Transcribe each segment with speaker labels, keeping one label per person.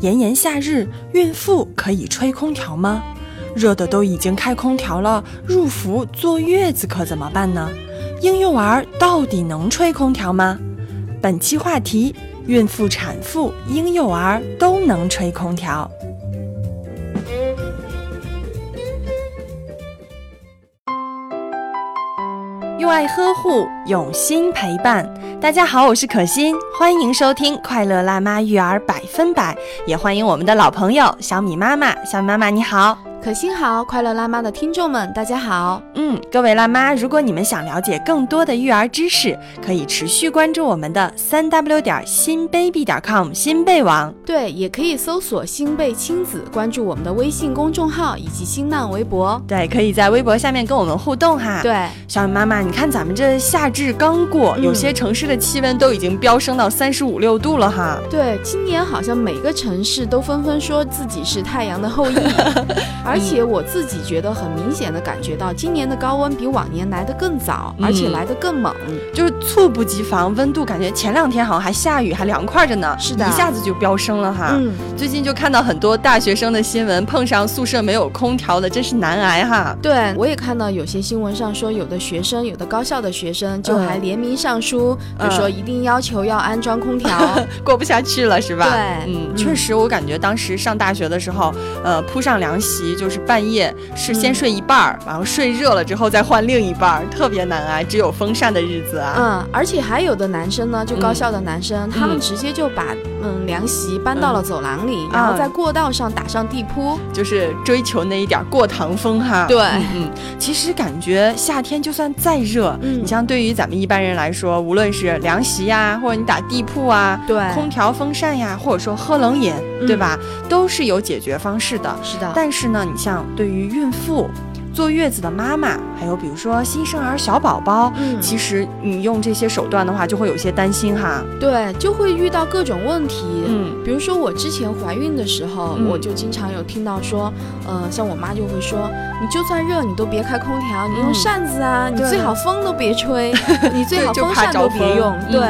Speaker 1: 炎炎夏日，孕妇可以吹空调吗？热的都已经开空调了，入伏坐月子可怎么办呢？婴幼儿到底能吹空调吗？本期话题：孕妇、产妇、婴幼儿都能吹空调。用爱呵护，用心陪伴。大家好，我是可心，欢迎收听《快乐辣妈育儿百分百》，也欢迎我们的老朋友小米妈妈。小米妈妈你好。
Speaker 2: 可心好，快乐辣妈的听众们，大家好。
Speaker 1: 嗯，各位辣妈，如果你们想了解更多的育儿知识，可以持续关注我们的三 w 点新 baby 点 com 新贝网。
Speaker 2: 对，也可以搜索“新贝亲子”，关注我们的微信公众号以及新浪微博。
Speaker 1: 对，可以在微博下面跟我们互动哈。，
Speaker 2: 对，
Speaker 1: 小雨妈妈，你看咱们这夏至刚过，有
Speaker 2: 嗯
Speaker 1: 些城市的气温都已经飙升到三十五六度了哈。
Speaker 2: 对，今年好像每个城市都纷纷说自己是太阳的后 裔，而且
Speaker 1: 嗯
Speaker 2: 我自己觉得很明显的感觉到，今年的高温比往年来的更早，
Speaker 1: 嗯
Speaker 2: 而且来的更猛。
Speaker 1: 就是猝不及防，温度感觉前两天好像还下雨，还凉快着呢，
Speaker 2: 是的
Speaker 1: 一下子就飙升了哈。
Speaker 2: 嗯，
Speaker 1: 最近就看到很多大学生的新闻，碰上宿舍没有空调的，真是难挨哈。
Speaker 2: 对，我也看到有些新闻上说，有的学生，有的高校的学生就
Speaker 1: 嗯
Speaker 2: 还联名上书，
Speaker 1: 嗯
Speaker 2: 就说一定要求要安装空调。
Speaker 1: 过不下去了 是吧？
Speaker 2: 对
Speaker 1: 嗯，
Speaker 2: 嗯
Speaker 1: 确实，我感觉当时上大学的时候，呃，铺上凉席，就是半夜是先
Speaker 2: 嗯
Speaker 1: 睡一半儿，然后睡热了之后再换另一半儿，特别难挨，只有风扇的日子啊。
Speaker 2: 嗯，而且还有的男生呢，就高校的男生，他们直接就把嗯凉席搬到了走廊里，然后在过道上打上地铺。
Speaker 1: 就是追求那一点儿过堂风哈。
Speaker 2: 对
Speaker 1: 嗯嗯，其实感觉夏天就算再热，
Speaker 2: 嗯
Speaker 1: 你像对于咱们一般人来说，无论是凉席呀、或者你打地铺啊。
Speaker 2: 对
Speaker 1: 空调、风扇呀，或者说喝冷饮，
Speaker 2: 嗯
Speaker 1: 对吧？都是有解决方式的。
Speaker 2: 是的，
Speaker 1: 但是呢，你像对于孕妇、坐月子的妈妈，还有比如说新生儿小宝宝，
Speaker 2: 嗯，
Speaker 1: 其实你用这些手段的话，就会有些担心哈。
Speaker 2: 对，就会遇到各种问题。
Speaker 1: 嗯
Speaker 2: 比如说我之前怀孕的时候，
Speaker 1: 嗯
Speaker 2: 我就经常有听到说，呃，像我妈就会说，你就算热，你都别开空调，你
Speaker 1: 嗯
Speaker 2: 用扇子啊，你
Speaker 1: 对
Speaker 2: 最好风都别 吹，你最好
Speaker 1: 对就
Speaker 2: 风
Speaker 1: 怕
Speaker 2: 扇
Speaker 1: 着
Speaker 2: 都别
Speaker 1: 风
Speaker 2: 用。
Speaker 1: 嗯
Speaker 2: 对，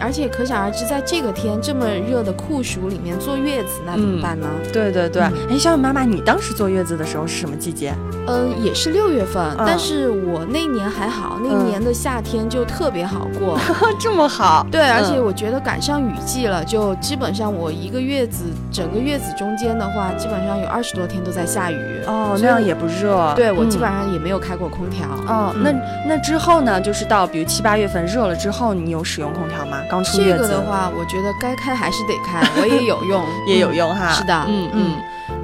Speaker 2: 而且可想而知，在这个天这么热的酷暑里面坐月子，那怎
Speaker 1: 嗯
Speaker 2: 么办呢？
Speaker 1: 对对对。
Speaker 2: 嗯
Speaker 1: 哎，小雨妈妈，你当时坐月子的时候是什么季节？
Speaker 2: 嗯，也是六月份，
Speaker 1: 嗯
Speaker 2: 但是我那年还好，那
Speaker 1: 嗯
Speaker 2: 年的夏天就特别好 过。
Speaker 1: 这么好？
Speaker 2: 对，而且
Speaker 1: 嗯
Speaker 2: 我觉得赶上雨季了，就基本上我一个月子，整个月子中间的话，基本上有二十多天都在下雨。
Speaker 1: 哦，
Speaker 2: 所以
Speaker 1: 那样
Speaker 2: 我
Speaker 1: 也不热。
Speaker 2: 对我
Speaker 1: 嗯
Speaker 2: 基本上也嗯没有开过空调。
Speaker 1: 哦，那那之后呢？就是到比如七八月份热了之后，你有使用空调吗？刚出
Speaker 2: 这
Speaker 1: 月
Speaker 2: 个
Speaker 1: 子，
Speaker 2: 的话，我觉得该开还是得开，我也有用
Speaker 1: 也有用哈。
Speaker 2: 嗯。是的，
Speaker 1: 嗯嗯。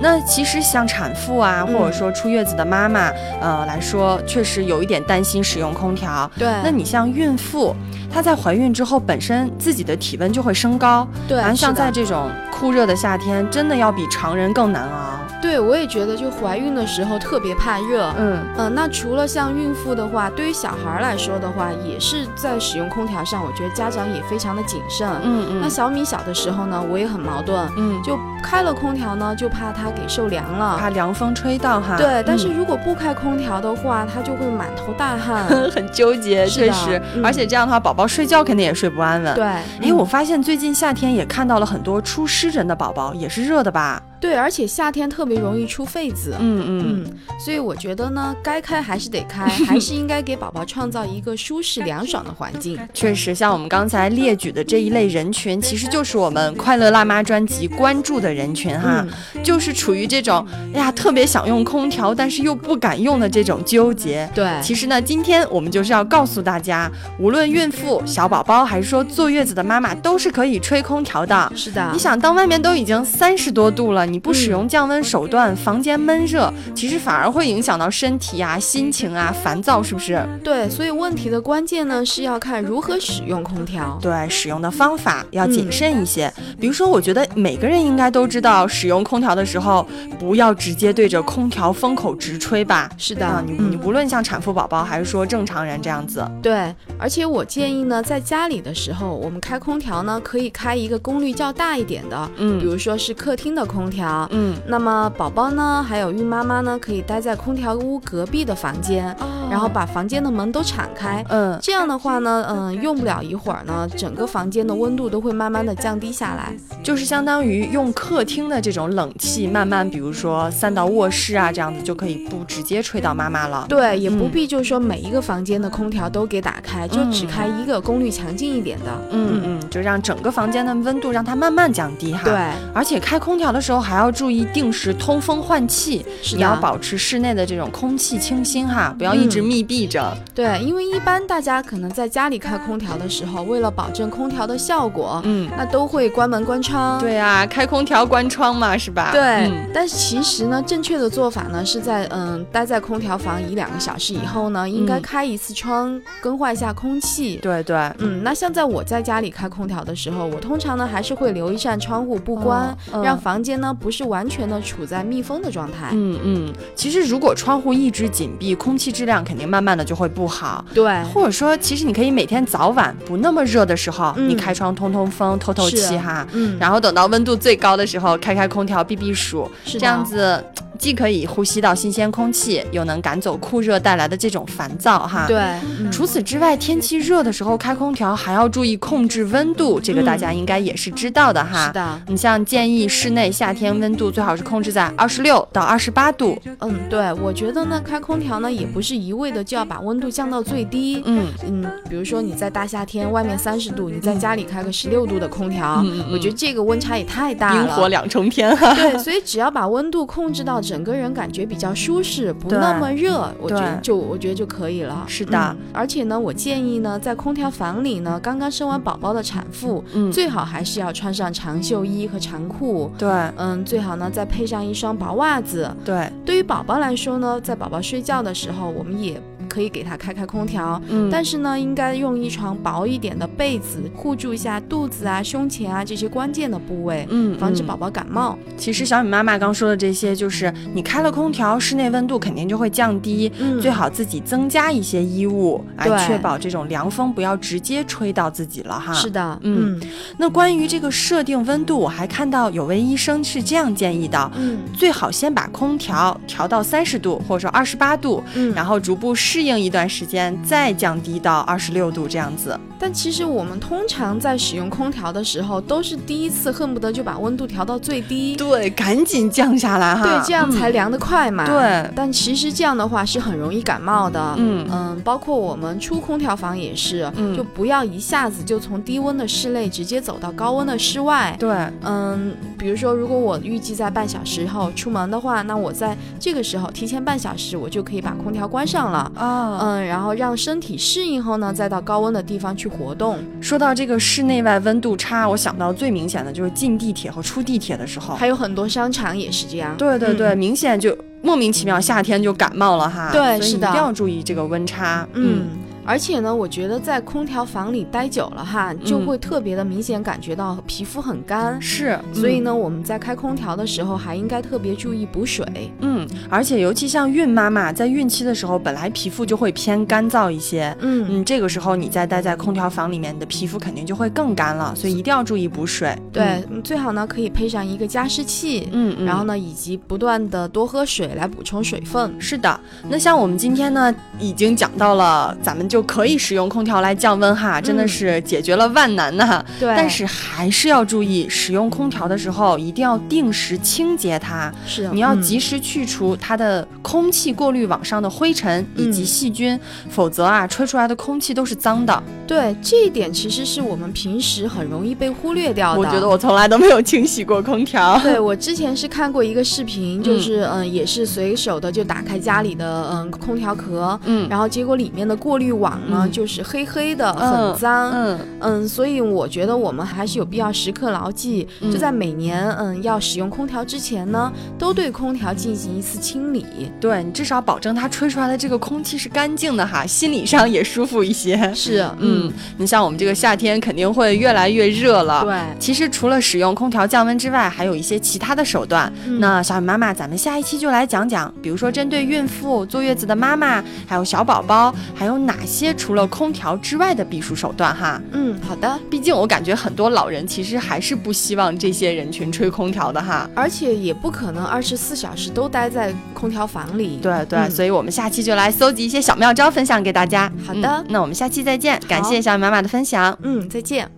Speaker 1: 那其实像产妇啊，
Speaker 2: 嗯
Speaker 1: 或者说出月子的妈妈，呃来说，确实有一点担心使用空调。
Speaker 2: 对。
Speaker 1: 那你像孕妇，她在怀孕之后，本身自己的体温就会升高，
Speaker 2: 对
Speaker 1: 然后
Speaker 2: 是
Speaker 1: 像
Speaker 2: 的
Speaker 1: 在这种酷热的夏天，真的要比常人更难熬。
Speaker 2: 对我也觉得，就怀孕的时候特别怕热。
Speaker 1: 嗯，
Speaker 2: 嗯，那除了像孕妇的话，对于小孩儿来说的话，也是在使用空调上，我觉得家长也非常的谨慎。
Speaker 1: 嗯嗯，
Speaker 2: 那小米小的时候呢，我也很矛盾，
Speaker 1: 嗯就
Speaker 2: 就开了空调呢，就怕它给受凉了。
Speaker 1: 怕凉风吹到哈。
Speaker 2: 对，但是
Speaker 1: 嗯
Speaker 2: 如果不开空调的话，它就会满头大汗。
Speaker 1: 很纠结，
Speaker 2: 是
Speaker 1: 确
Speaker 2: 的
Speaker 1: 实，
Speaker 2: 嗯
Speaker 1: 而且这样的话，宝宝睡觉肯定也睡不安稳。
Speaker 2: 对，
Speaker 1: 哎，
Speaker 2: 嗯
Speaker 1: 我发现最近夏天也看到了很多出湿疹的宝宝，也是热的吧？
Speaker 2: 嗯对，而且夏天特别容易出痱子。
Speaker 1: 嗯嗯，
Speaker 2: 嗯，所以我觉得呢，该开还是得开，还是应该给宝宝创造一个舒适凉爽的环 境。
Speaker 1: 确实，像我们刚才列举的这一类人群，其实就是我们《快乐辣妈》专辑关注的人群哈，
Speaker 2: 嗯，
Speaker 1: 就是处于这种哎呀特别想用空调，但是又不敢用的这种纠结。
Speaker 2: 对，
Speaker 1: 其实呢，今天我们就是要告诉大家，无论孕妇、小宝宝，还是说坐月子的妈妈，都是可以吹空调的。
Speaker 2: 是的，
Speaker 1: 你想，当外面都已经三十多度了，你不使
Speaker 2: 嗯
Speaker 1: 用降温手段，房间闷热，其实反而会影响到身体啊、心情啊、烦躁，是不是？
Speaker 2: 对，所以问题的关键呢是要看如何使用空调。
Speaker 1: 对，使用的方法要
Speaker 2: 嗯
Speaker 1: 谨慎一些。比如说，我觉得每个人应该都知道，使用空调的时候，不要直接对着空调风口直吹吧。
Speaker 2: 是
Speaker 1: 啊
Speaker 2: 的，，
Speaker 1: 你你
Speaker 2: 嗯，
Speaker 1: 无论像产妇宝宝，还是说正常人这样子，
Speaker 2: 对，而且我建议呢，在家里的时候，我们开空调呢，可以开一个功率较大一点的，比
Speaker 1: 嗯，
Speaker 2: 如说是客厅的空条。
Speaker 1: 嗯，
Speaker 2: 那么宝宝呢，还有孕妈妈呢，可以待在空调屋隔壁的房间，
Speaker 1: 哦
Speaker 2: 然后把房间的门都敞开。
Speaker 1: 嗯
Speaker 2: 这样的话呢，嗯、用不了一会儿呢，整个房间的温度都会慢慢的降低下来。
Speaker 1: 就是相当于用客厅的这种冷气，慢慢比如说散到卧室啊，这样子就可以不直接吹到妈妈了。
Speaker 2: 对，也不
Speaker 1: 嗯
Speaker 2: 必就是说每一个房间的空调都给打开，就只开一个功率强劲一点的。
Speaker 1: 嗯嗯，就让整个房间的温度让它慢慢降低哈。，
Speaker 2: 对，
Speaker 1: 而且开空调的时候还要注意定时通风换气，
Speaker 2: 是
Speaker 1: 也要
Speaker 2: 的。
Speaker 1: 保持室内的这种空气清新哈，不要一直
Speaker 2: 嗯
Speaker 1: 密闭着。
Speaker 2: 对，因为一般大家可能在家里开空调的时候，为了保证空调的效果，
Speaker 1: 嗯，
Speaker 2: 那都会关门关窗。
Speaker 1: 对啊，开空调关窗嘛，是吧？
Speaker 2: 对，
Speaker 1: 嗯
Speaker 2: 但是其实呢，正确的做法呢是在嗯待在空调房一两个小时以后呢，应该
Speaker 1: 嗯
Speaker 2: 开一次窗，更换一下空气。
Speaker 1: 对对，
Speaker 2: 嗯，那像在我在家里开空调的时候，我通常呢还是会留一扇窗户不关，
Speaker 1: 嗯
Speaker 2: 让房间呢不是完全的处在密封的状态。
Speaker 1: 嗯嗯，其实如果窗户一直紧闭，空气质量肯定慢慢的就会不好。
Speaker 2: 对，
Speaker 1: 或者说，其实你可以每天早晚不那么热的时候，
Speaker 2: 嗯
Speaker 1: 你开窗通通风、透透
Speaker 2: 是
Speaker 1: 气哈。
Speaker 2: 嗯，
Speaker 1: 然后等到温度最高的时候，开开空调避避暑，
Speaker 2: 是
Speaker 1: 这
Speaker 2: 的
Speaker 1: 样。子既可以呼吸到新鲜空气，又能赶走酷热带来的这种烦躁哈。
Speaker 2: 对，。嗯
Speaker 1: 除此之外，天气热的时候开空调还要注意控制温度，这个大家应该也是知道的哈。
Speaker 2: 嗯是的，
Speaker 1: 你像建议室内夏天温度最好是控制在二十六到二十八度。
Speaker 2: 嗯，对，我觉得呢，开空调呢也不是一味的就要把温度降到最低。
Speaker 1: 嗯
Speaker 2: 嗯，比如说你在大夏天外面三十度，你在家里开个十六度的空调，
Speaker 1: 嗯
Speaker 2: 我觉得这个温差也太大了。
Speaker 1: 冰火两重天哈。
Speaker 2: 对，所以只要把温度控制到整个人感觉比较舒适，不
Speaker 1: 对
Speaker 2: 那么热，我觉
Speaker 1: 对
Speaker 2: 得就我觉得就可以了。
Speaker 1: 是的
Speaker 2: 嗯而且呢，我建议呢，在空调房里呢，刚刚生完宝宝的产妇，
Speaker 1: 嗯
Speaker 2: 最好还是要穿上长袖衣和长裤。
Speaker 1: 对
Speaker 2: 嗯，最好呢再配上一双薄袜子。
Speaker 1: 对，
Speaker 2: 对于宝宝来说呢，在宝宝睡觉的时候，我们也可以给他开开空调，
Speaker 1: 嗯
Speaker 2: 但是呢，应该用一床薄一点的被子护住一下肚子啊、胸前啊这些关键的部位，
Speaker 1: 嗯
Speaker 2: 防止
Speaker 1: 嗯
Speaker 2: 宝宝感冒。
Speaker 1: 其实小米妈妈刚说的这些，就是你开了空调，室内温度肯定就会降低，
Speaker 2: 嗯
Speaker 1: 最好自己增加一些衣物，来
Speaker 2: 对
Speaker 1: 确保这种凉风不要直接吹到自己了哈。
Speaker 2: 是的，
Speaker 1: 嗯
Speaker 2: 嗯
Speaker 1: 那关于这个设定温度，我还看到有位医生是这样建议的。
Speaker 2: 嗯
Speaker 1: 最好先把空调调到三十度，或者说二十八度，
Speaker 2: 嗯。
Speaker 1: 然后逐步适应一段时间，再降低到二十六度这样子。
Speaker 2: 但其实我们通常在使用空调的时候，都是第一次恨不得就把温度调到最低，
Speaker 1: 对，赶紧降下来哈。
Speaker 2: 对，这样才凉得快嘛。。
Speaker 1: 对，
Speaker 2: 但其实这样的话是很容易感冒的。
Speaker 1: 嗯
Speaker 2: 嗯，包括我们出空调房也是，
Speaker 1: 嗯
Speaker 2: 就不要一下子就从低温的室内直接走到高温的室外。
Speaker 1: 对，
Speaker 2: 嗯，比如说，如果我预计在半小时后出门的话，那我在这个时候提前半小时，我就可以把空调关上了。
Speaker 1: 啊
Speaker 2: 嗯，然后让身体适应后
Speaker 1: 嗯
Speaker 2: 呢，再到高温的地方去活动。
Speaker 1: 说到这个室内外温度差，我想到最明显的就是进地铁和出地铁的时候。
Speaker 2: 还有很多商场也是这样。
Speaker 1: 对对对，
Speaker 2: 嗯
Speaker 1: 明显就莫名其妙夏天就感冒了哈。
Speaker 2: 对
Speaker 1: 所以
Speaker 2: 是
Speaker 1: 一
Speaker 2: 的
Speaker 1: 定要注意这个温差。
Speaker 2: 嗯，而且呢，我觉得在空调房里待久了哈，就
Speaker 1: 嗯
Speaker 2: 会特别的明显感觉到皮肤很干
Speaker 1: 嗯，。是，
Speaker 2: 所以
Speaker 1: 嗯。
Speaker 2: 呢，我们在开空调的时候还应该特别注意补水。
Speaker 1: 嗯，而且尤其像孕妈妈在孕期的时候，本来皮肤就会偏干燥一些，
Speaker 2: 嗯，
Speaker 1: 嗯，这个时候你再待在空调房里面，你的皮肤肯定就会更干了，所以一定要注意补水。
Speaker 2: 对，嗯最好呢可以配上一个加湿器，
Speaker 1: 嗯，嗯，
Speaker 2: 然后呢以及不断的多喝水来补充水分。
Speaker 1: 是的，那像我们今天呢，已经讲到了，咱们就可以使用空调来降温哈，真的是解决了万难呐、
Speaker 2: 嗯对，
Speaker 1: 但是还是要注意，使用空调的时候一定要定时清洁它，
Speaker 2: 是
Speaker 1: 你要
Speaker 2: 嗯
Speaker 1: 及时去除它的空气过滤网上的灰尘以及
Speaker 2: 嗯
Speaker 1: 细菌，否则啊，吹出来的空气都是脏的。
Speaker 2: 对这一点，其实是我们平时很容易被忽略掉的。
Speaker 1: 我觉得我从来都没有清洗过空调。
Speaker 2: 对我之前是看过一个视频，就
Speaker 1: 嗯
Speaker 2: 是嗯、也是随手的就打开家里的嗯空调壳，
Speaker 1: 嗯
Speaker 2: 然后结果里面的过滤网呢、
Speaker 1: 嗯
Speaker 2: 就是黑黑的，
Speaker 1: 嗯
Speaker 2: 很脏。
Speaker 1: 嗯，
Speaker 2: 嗯，所以我觉得我们还是有必要时刻牢记，
Speaker 1: 嗯
Speaker 2: 就在每年嗯要使用空调之前呢，都对空调进行一次清理。
Speaker 1: 对你至少保证它吹出来的这个空气是干净的哈，心理上也舒服一些。
Speaker 2: 是，
Speaker 1: 嗯，，你像我们这个夏天肯定会越来越热了。
Speaker 2: 对。
Speaker 1: 其实除了使用空调降温之外，还有一些其他的手段。
Speaker 2: 嗯
Speaker 1: 那小雨妈妈，咱们下一期就来讲讲，比如说针对孕妇、坐月子的妈妈，还有小宝宝，还有哪些除了空调之外的避暑手段哈。
Speaker 2: 嗯，好的。
Speaker 1: 毕竟我感觉很多老人其实还是不希望这些人群吹空调的哈。
Speaker 2: 而且也不可能二十四小时都待在空调房里。
Speaker 1: 对对，
Speaker 2: 嗯
Speaker 1: 所以我们下期就来搜集一些小妙招分享给大家。
Speaker 2: 好的
Speaker 1: 嗯那我们下期再见，感
Speaker 2: 好
Speaker 1: 谢小雨妈妈的分享。
Speaker 2: 嗯，再见。